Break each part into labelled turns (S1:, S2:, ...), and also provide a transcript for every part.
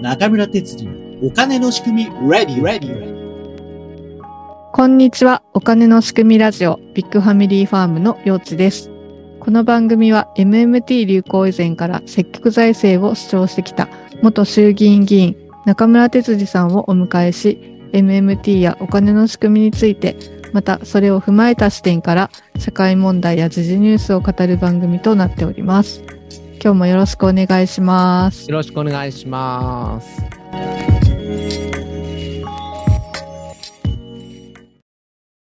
S1: 中村哲次のお金の仕組み Ready Ready Ready
S2: こんにちは。お金の仕組みラジオ、ビッグファミリーファームのようちです。この番組は MMT 流行以前から積極財政を主張してきた元衆議院議員中村哲司さんをお迎えし、MMT やお金の仕組みについて、またそれを踏まえた視点から社会問題や時事ニュースを語る番組となっております。今日もよろしくお願いします。
S3: よろしくお願いします。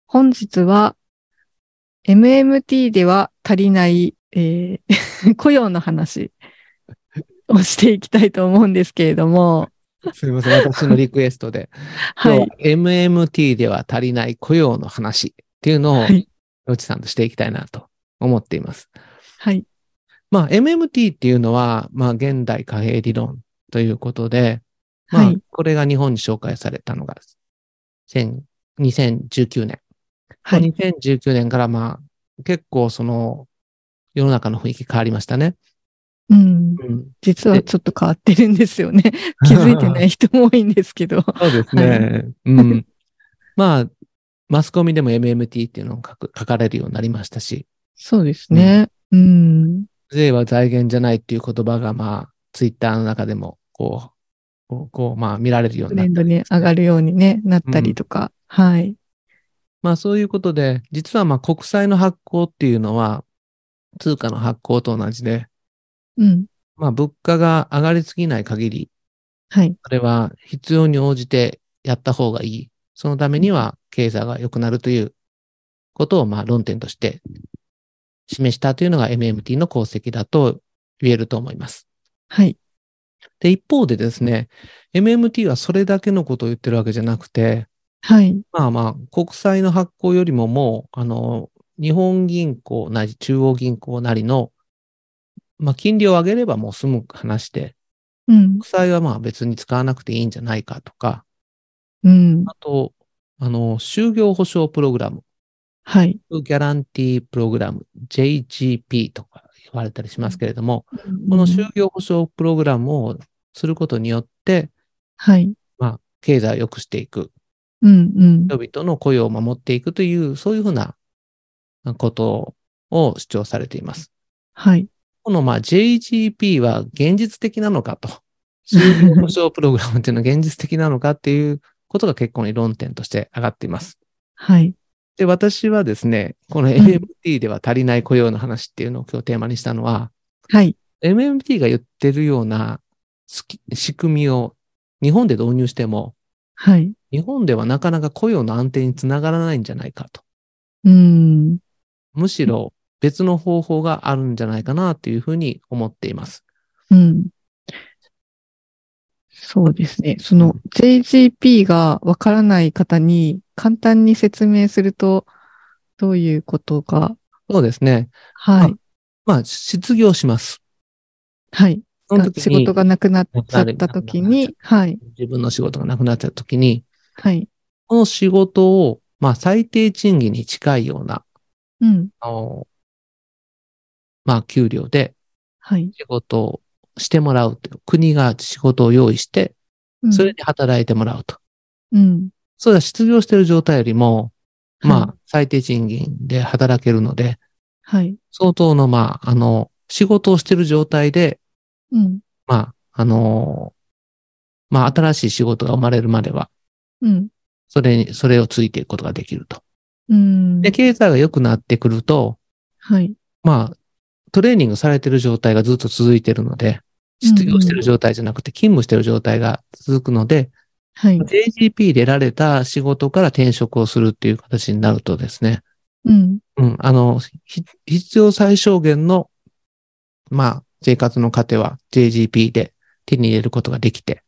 S2: 本日は MMT では足りない、えー 雇用の話をしていきたいと思うんですけれども、
S3: すみません、私のリクエストで。
S2: は
S3: 今
S2: い。
S3: 日 MMT では足りない雇用の話っていうのを、
S2: はい。
S3: よちさんとしていきたいなと思っています。
S2: はい。
S3: まあ、MMT っていうのは、まあ、現代貨幣理論ということで、まあ、
S2: はい。
S3: これが日本に紹介されたのが、1000 2019年。
S2: はい。
S3: 2019年から、まあ、結構その、世の中の雰囲気変わりましたね。
S2: うん。実はちょっと変わってるんですよね。 気づいてない人も多いんですけど。
S3: そうですね。うん。 まあ、マスコミでも MMT っていうのを書く書かれるようになりましたし、
S2: そうですね。うん。
S3: 税は財源じゃないっていう言葉が、まあ、ツイッターの中でも、こう、こう、こうまあ、見られるよう
S2: ト
S3: にな
S2: レ
S3: っ
S2: ン
S3: た
S2: ド
S3: り
S2: に上がるようにね、なったりとか。はい。
S3: まあ、そういうことで、実はまあ、国債の発行っていうのは、通貨の発行と同じで、
S2: うん。
S3: まあ、物価が上がりすぎない限り、
S2: はい。
S3: それは必要に応じてやった方がいい。そのためには経済が良くなるということを、まあ論点として示したというのが MMT の功績だと言えると思います。
S2: はい。
S3: で、一方でですね、MMT はそれだけのことを言ってるわけじゃなくて、
S2: はい。
S3: まあまあ、国債の発行よりももう、あの、日本銀行なり中央銀行なりの、まあ、金利を上げればもう済む話で、
S2: うん
S3: 国。債はまあ別に使わなくていいんじゃないかとか、
S2: うん。
S3: あと、あの、就業保障プログラム、
S2: はい。
S3: ギャランティープログラム、JGP とか言われたりしますけれども、この就業保障プログラムをすることによって、
S2: はい。
S3: まあ、経済を良くしていく、
S2: うん。うん。
S3: 人々の雇用を守っていくという、そういうふうなことを主張されています。
S2: はい。
S3: この、まあ、JGP は現実的なのかと、就業保障プログラムっていうのは現実的なのかっていうことが結構に論点として上がっています。
S2: はい。
S3: で、私はですね、この
S2: ん
S3: MMT では足りない雇用の話っていうのを今日テーマにしたのは、
S2: はい。
S3: MMT が言ってるようなすき仕組みを日本で導入しても、
S2: はい。
S3: 日本ではなかなか雇用の安定につながらないんじゃないかと。
S2: うん。
S3: むしろ別の方法があるんじゃないかなというふうに思っています。
S2: うん。そうですね。その JGP がわからない方に簡単に説明すると、どういうことが、
S3: そうですね。
S2: はい。
S3: まあ、失業します。
S2: はい。
S3: その時に
S2: 仕事がなくなっちゃった時に、はい。
S3: 自分の仕事がなくなっちゃった時に、
S2: はい。
S3: この仕事を、まあ、最低賃金に近いような、
S2: うん。
S3: あのまあ、給料で
S2: はい。
S3: 仕事をしてもらうという、国が仕事を用意して、
S2: うん
S3: それで働いてもらうと。
S2: うん。
S3: それは失業してる状態よりも、ま
S2: は
S3: あ、最低賃金で働けるので、
S2: はい。
S3: 相当の、まあ、あの、仕事をしてる状態で、
S2: うん。
S3: まあ、あの、まあ、新しい仕事が生まれるまでは、
S2: うん。
S3: それに、それをついていくことができると。
S2: うん。
S3: で、経済が良くなってくると、
S2: はい。
S3: まあ、トレーニングされてる状態がずっと続いてるので、失業してる状態じゃなくて勤務してる状態が続くので、
S2: はい。
S3: JGP で得られた仕事から転職をするっていう形になるとですね、
S2: うん。
S3: うん、あの、ひ必要最小限の、まあ、生活の糧は JGP で手に入れることができて、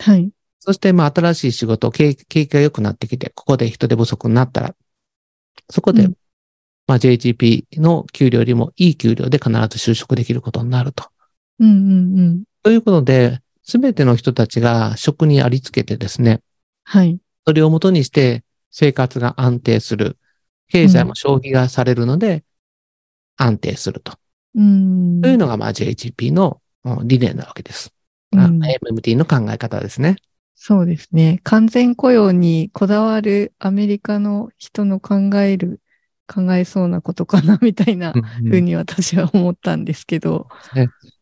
S2: はい。
S3: そして、まあ、新しい仕事、景景気が良くなってきて、ここで人手不足になったら、そこで、
S2: うん
S3: まあ、JGP の給料よりもいい給料で必ず就職できることになると。
S2: うん。うん。うん。
S3: ということで、すべての人たちが職にありつけてですね、
S2: はい。
S3: それをもとにして生活が安定する。経済も消費がされるので、安定すると。
S2: うん。
S3: というのが、まあ、JGP のうん理念なわけです。あ
S2: うん
S3: MMT の考え方ですね。
S2: そうですね。完全雇用にこだわるアメリカの人の考える、考えそうなことかな、みたいな
S3: うん
S2: ふうに私は思ったんですけど。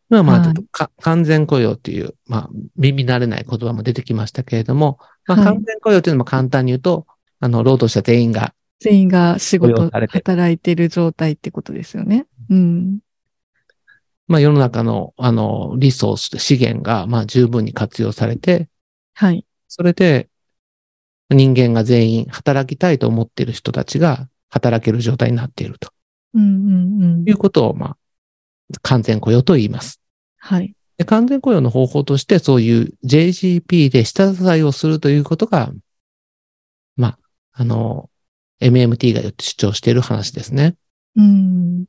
S3: まあまあ、
S2: はい
S3: ちょっとか完全雇用という、まあ、耳慣れない言葉も出てきましたけれども、まあ、
S2: はい
S3: 完全雇用というのも簡単に言うと、あの、労働者全員が、
S2: 全員が仕
S3: 雇
S2: 事、
S3: 用されて
S2: 働いてる状態ってことですよね。うん。
S3: まあ、世の中の、あの、リソース、資源が、まあ、十分に活用されて、
S2: はい。
S3: それで、人間が全員働きたいと思っている人たちが働ける状態になっていると
S2: うんうんうん
S3: い。うことを、まあ、完全雇用と言います。
S2: はい。
S3: で完全雇用の方法として、そういう JGP で下支えをするということが、まあ、あの、MMT が主張している話ですね。
S2: うん。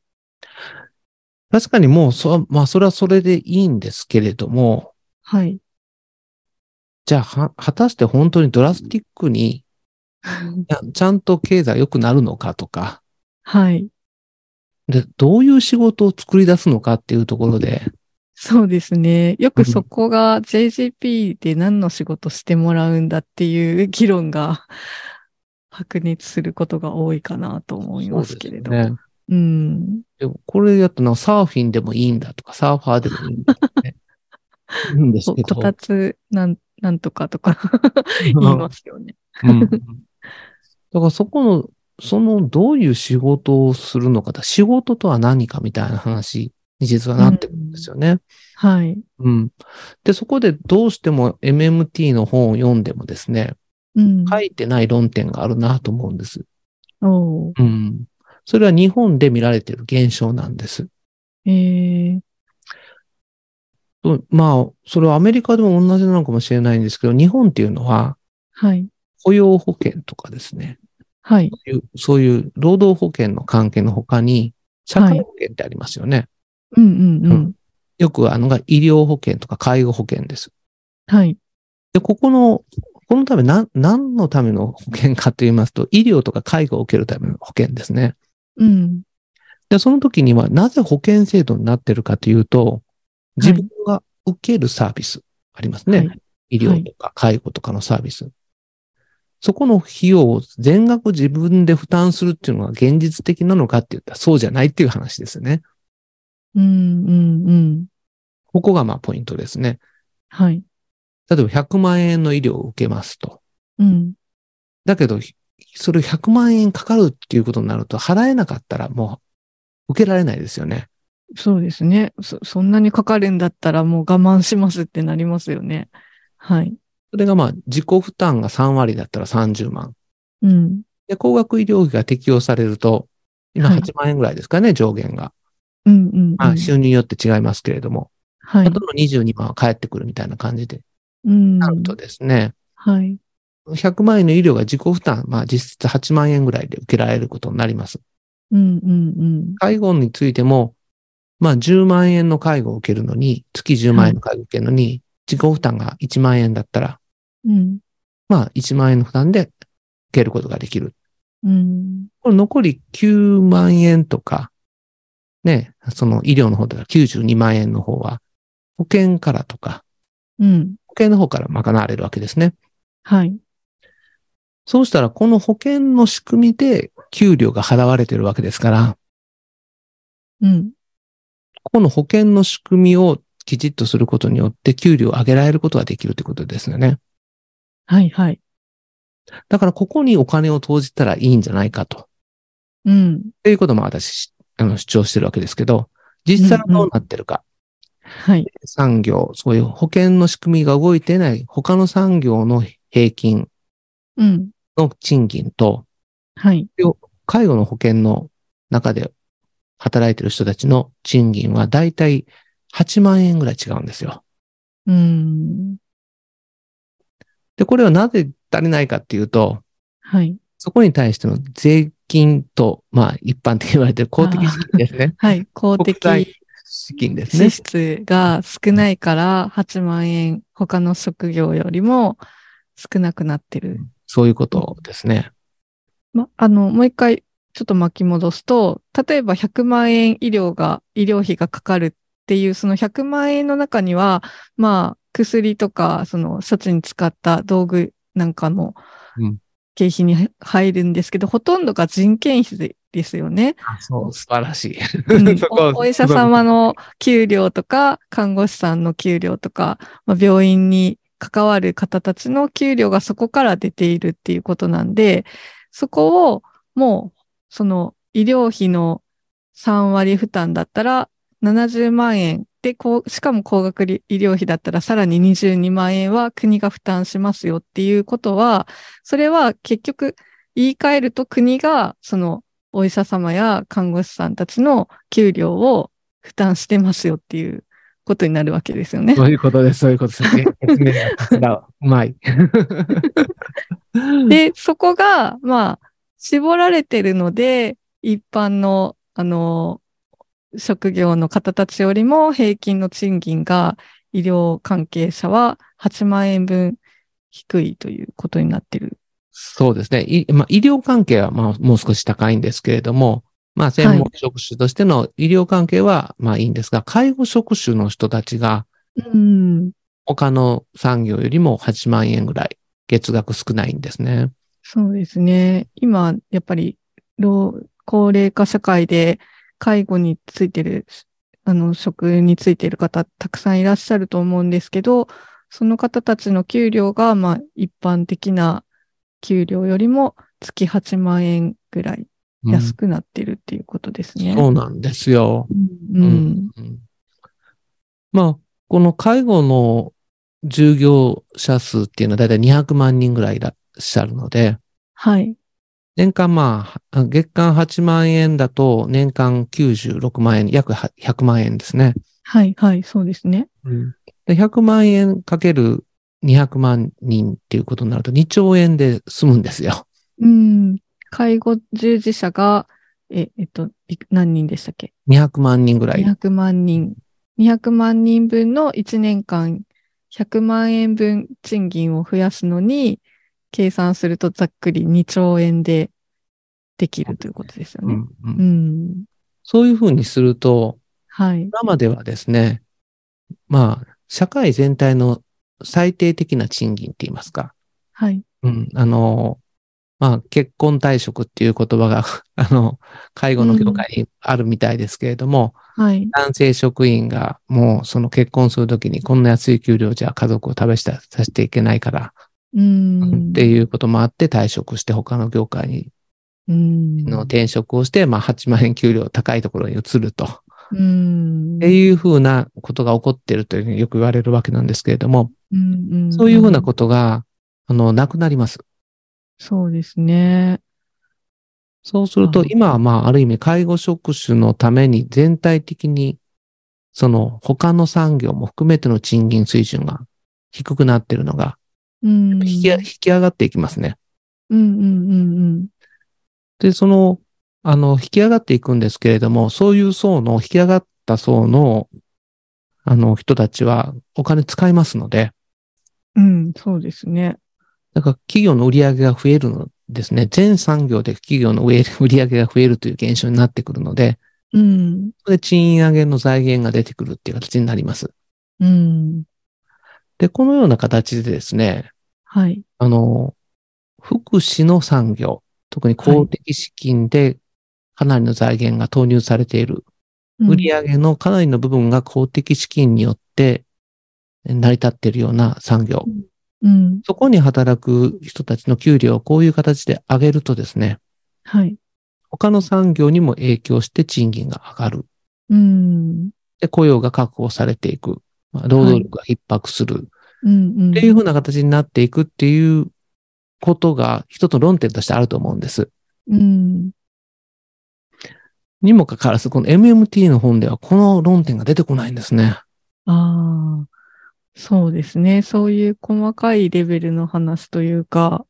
S3: 確かにもう、そ、まあ、それはそれでいいんですけれども、
S2: はい。
S3: じゃあ、は果たして本当にドラスティックに、いやちゃんと経済良くなるのかとか、
S2: はい。
S3: で、どういう仕事を作り出すのかっていうところで、
S2: そうですね。よ
S3: うん
S2: くそこが JGP で何の仕事してもらうんだっていう議論が 白熱することが多いかなと思いますけれど。
S3: そうですね
S2: うん。
S3: でもこれだとな、サーフィンでもいいんだとか、サーファーでもいいんだと かね。いいんです
S2: こ
S3: けど。
S2: こたつなん、なんとかと か言いますよね。
S3: うん だからそこの、そのどういう仕事をするのかだ、仕事とは何かみたいな話に実はなってくるんですよね。
S2: はい。
S3: うん。で、そこでどうしても MMT の本を読んでもですね、
S2: うん。
S3: 書いてない論点があるなと思うんです。
S2: おう
S3: うん。それは日本で見られている現象なんです。
S2: えー、
S3: うんまあ、それはアメリカでも同じなのかもしれないんですけど、日本っていうのは
S2: はい。
S3: 雇用保険とかですね、
S2: はい。
S3: そういうそういう労働保険の関係の他に、社会保険ってありますよね。
S2: うんうんう。
S3: うんよくあのが医療保険とか介護保険です。
S2: はい。
S3: で、ここの、このため何、何のための保険かと言いますと、医療とか介護を受けるための保険ですね。
S2: うん。
S3: で、その時にはなぜ保険制度になってるかというと、自分が受けるサービスありますね。
S2: はい
S3: 医療とか介護とかのサービス。そこの費用を全額自分で負担するっていうのが現実的なのかって言ったらそうじゃないっていう話ですね。
S2: うんうんうん。
S3: ここがまあポイントですね。
S2: はい。
S3: 例えば100万円の医療を受けますと。
S2: うん。
S3: だけど、ひそれ100万円かかるっていうことになると、払えなかったらもう受けられないですよね。
S2: そうですね。そ、そんなにかかるんだったらもう我慢しますってなりますよね。はい。
S3: それがまあ、自己負担が3割だったら30万。
S2: うん。
S3: で、高額医療費が適用されると、今
S2: はい
S3: 8万円ぐらいですかね、上限が。
S2: うんうん、うん。
S3: まあ、収入によって違いますけれども、
S2: はい
S3: あと。の22万は返ってくるみたいな感じで
S2: うん。
S3: なるとですね、
S2: はい。
S3: 100万円の医療が自己負担、まあ実質8万円ぐらいで受けられることになります。
S2: うんうんうん。
S3: 介護についても、まあ10万円の介護を受けるのに、月10万円の介護を受けるのに、自己負担が1万円だったら、
S2: うん。
S3: まあ1万円の負担で受けることができる。
S2: うん。
S3: これ残り9万円とか、ね、その医療の方では92万円の方は、保険からとか、
S2: うん。
S3: 保険の方から賄われるわけですね。
S2: はい。
S3: そうしたら、この保険の仕組みで給料が払われてるわけですから、
S2: うん。
S3: ここの保険の仕組みをきちっとすることによって給料を上げられることができるということですよね。
S2: はいはい。
S3: だからここにお金を投じたらいいんじゃないかと。っ
S2: うん。
S3: ていうことも私、あの主張してるわけですけど、実際はどうなってるか。
S2: はい。
S3: 産業、そういう保険の仕組みが動いてない他の産業の平均
S2: うん。
S3: の賃金と、
S2: はい。
S3: 介護の保険の中で働いてる人たちの賃金はだいたい8万円ぐらい違うんですよ。
S2: うん。
S3: で、これはなぜ足りないかっていうと、
S2: はい。
S3: そこに対しての税金と、まあ一般的に言われてる公的資金ですね。
S2: はい。公
S3: 国
S2: 的
S3: 債資金ですね
S2: 支。出が少ないから8万円、他の職業よりも少なくなってる。
S3: そういうことですね。
S2: ま、あの、もう一回ちょっと巻き戻すと、例えば100万円医療が、医療費がかかるっていう、その100万円の中には、まあ、薬とか、その処置に使った道具なんかも
S3: うん、
S2: 経費に入るんですけど、ほとんどが人件費でですよね。
S3: あそう、素晴らしい。
S2: うん
S3: そこ
S2: おお医者様の給料とか、看護師さんの給料とか、まあ、病院に関わる方たちの給料がそこから出ているっていうことなんで、そこをもう、その医療費の3割負担だったら70万円で、こうしかも高額医療費だったらさらに22万円は国が負担しますよっていうことは、それは結局言い換えると国がそのお医者様や看護師さんたちの給料を負担してますよっていうことになるわけですよね。
S3: そういうことです、そういうことです。 説明がさすがうまい。
S2: で、そこが、まあ、絞られてるので、一般の、あの、職業の方たちよりも平均の賃金が医療関係者は8万円分低いということになってる。
S3: そうですね。いまあ、医療関係は、まあ、もう少し高いんですけれども、まあ、専門職種としての医療関係は、まあ、いいんですが、介護職種の人たちが、
S2: うん。
S3: 他の産業よりも8万円ぐらい、月額少ないんですね。
S2: そうですね。今、やっぱり、老、高齢化社会で、介護についてる、あの、職についてる方、たくさんいらっしゃると思うんですけど、その方たちの給料が、まあ、一般的な給料よりも、月8万円ぐらい
S3: うん
S2: 安くなってるっていうことですね。
S3: そうなんですよ。
S2: うん
S3: う
S2: うん。
S3: うんまあ、この介護の従業者数っていうのはだいたい200万人ぐらいいらっしゃるので、
S2: はい。
S3: 年間まあ、は月間8万円だと年間96万円、約は100万円ですね。
S2: はい、はい、そうですね。
S3: で100万円かける200万人っていうことになると2兆円で済むんですよ。
S2: うん。介護従事者が、え、えっと、いく何人でしたっけ
S3: 200万人ぐらい。
S2: 200万人。200万人分の1年間、100万円分賃金を増やすのに、計算するとざっくり2兆円でできるということですよ
S3: う
S2: ね。
S3: んうん
S2: うん。
S3: そういうふうにすると、
S2: はい。
S3: 今まではですね、まあ、社会全体の最低的な賃金って言いますか、
S2: はい。
S3: うん、あの、まあ、結婚退職っていう言葉が、 あの、介護の業界にあるみたいですけれども、
S2: はい。
S3: 男性職員がもうその結婚するときにこんな安い給料じゃ家族を食べしたさせていけないから、
S2: うん。
S3: っていうこともあって退職して他の業界に
S2: うん。
S3: の転職をして、まあ8万円給料高いところに移ると。
S2: うん。
S3: っていうふうなことが起こってるというふうによく言われるわけなんですけれども、
S2: うんうん
S3: そういうふうなことが、あの、なくなります。
S2: そうですね。
S3: そうする
S2: あ
S3: と、
S2: ー
S3: 今はまあ、ある意味、介護職種のために全体的に、その、他の産業も含めての賃金水準が低くなってるのが、
S2: うん。
S3: 引き,、引き上がっていきますね。
S2: うんうんうんうん。
S3: で、その、あの、引き上がっていくんですけれども、そういう層の、引き上がった層の、あの、人たちはお金使いますので、
S2: うん、そうですね。
S3: だから企業の売り上げが増えるのですね。全産業で企業の売り売り上げが増えるという現象になってくるので、
S2: うん。
S3: それで賃上げの財源が出てくるっていう形になります。
S2: うん。
S3: で、このような形でですね、
S2: はい。
S3: あの、福祉の産業、特に公的資金でかなりの財源が投入されている。
S2: うん
S3: 売り上げのかなりの部分が公的資金によって成り立っているような産業。
S2: うん。
S3: そこに働く人たちの給料をこういう形で上げるとですね、
S2: はい。
S3: 他の産業にも影響して賃金が上がる。
S2: うん。
S3: で、雇用が確保されていく。まあ、労働力が逼迫する。
S2: うんうん。
S3: っていうふうな形になっていくっていうことが一つの論点としてあると思うんです。
S2: うん。
S3: にもかかわらず、この MMT の本ではこの論点が出てこないんですね。
S2: 嗯ああ、そうですね。そういう細かいレベルの話というか、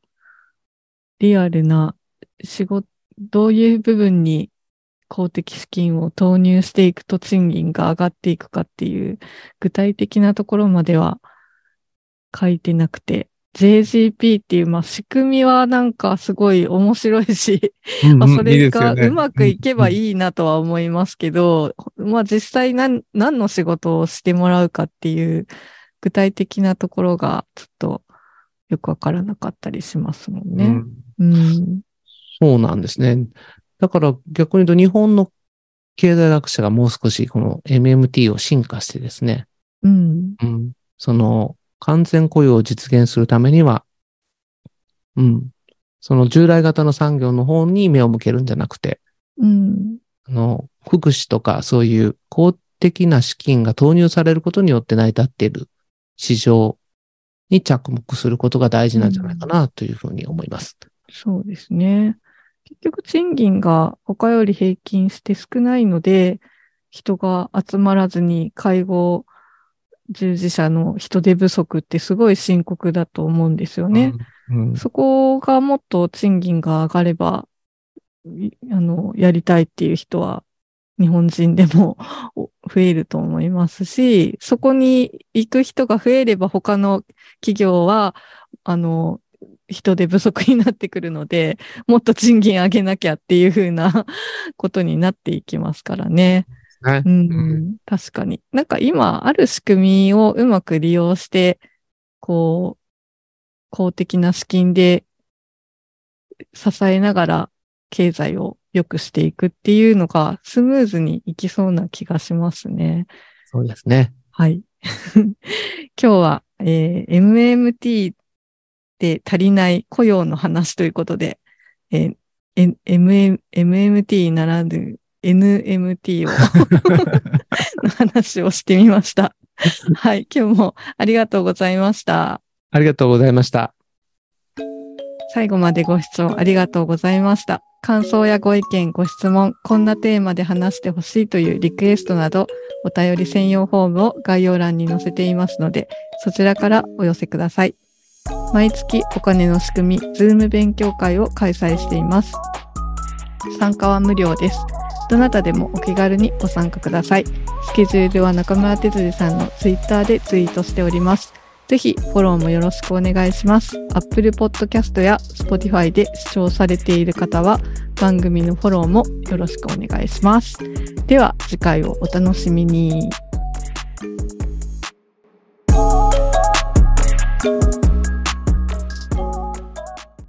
S2: リアルな仕事、どういう部分に公的資金を投入していくと賃金が上がっていくかっていう具体的なところまでは書いてなくて、JGP っていう、まあ、仕組みはなんかすごい面白いし、まあ、それがうまくいけば
S3: い。
S2: いいなとは思いますけど、まあ実際何何の仕事をしてもらうかっていう具体的なところがちょっとよくわからなかったりしますもんね。うん。
S3: そうなんですね。だから逆に言うと日本の経済学者がもう少しこの MMT を進化してですね、
S2: うん。
S3: うん、その完全雇用を実現するためには、うん、その従来型の産業の方に目を向けるんじゃなくて、
S2: うん。
S3: あの、福祉とかそういう公的な資金が投入されることによって成り立っている市場に着目することが大事なんじゃないかなというふうに思います。
S2: そうですね。結局賃金が他より平均して少ないので、人が集まらずに介護従事者の人手不足ってすごい深刻だと思うんですよね。
S3: うん。
S2: そこがもっと賃金が上がれば、いあの、やりたいっていう人は、日本人でも お増えると思いますし、そこに行く人が増えれば他の企業は、あの、人手不足になってくるので、もっと賃金上げなきゃっていうふうな ことになっていきますからね。
S3: ね
S2: う、
S3: うん
S2: 確かに。なんか今、ある仕組みをうまく利用して、こう、公的な資金で支えながら経済を良くしていくっていうのがスムーズにいきそうな気がしますね。
S3: そうですね。
S2: はい。 今日は、えー MMT で足りない雇用の話ということで、えー N- MM MMT ならぬ NMT をの話をしてみました。はい、今日もありがとうございました。
S3: ありがとうございました。
S2: 最後までご視聴ありがとうございました。感想やご意見、ご質問、こんなテーマで話してほしいというリクエストなど、お便り専用フォームを概要欄に載せていますので、そちらからお寄せください。毎月お金の仕組み、ズーム勉強会を開催しています。参加は無料です。どなたでもお気軽にご参加ください。スケジュールは中村哲司さんのツイッターでツイートしております。ぜひフォローもよろしくお願いします。Apple Podcast や Spotify で視聴されている方は番組のフォローもよろしくお願いします。では次回をお楽しみに。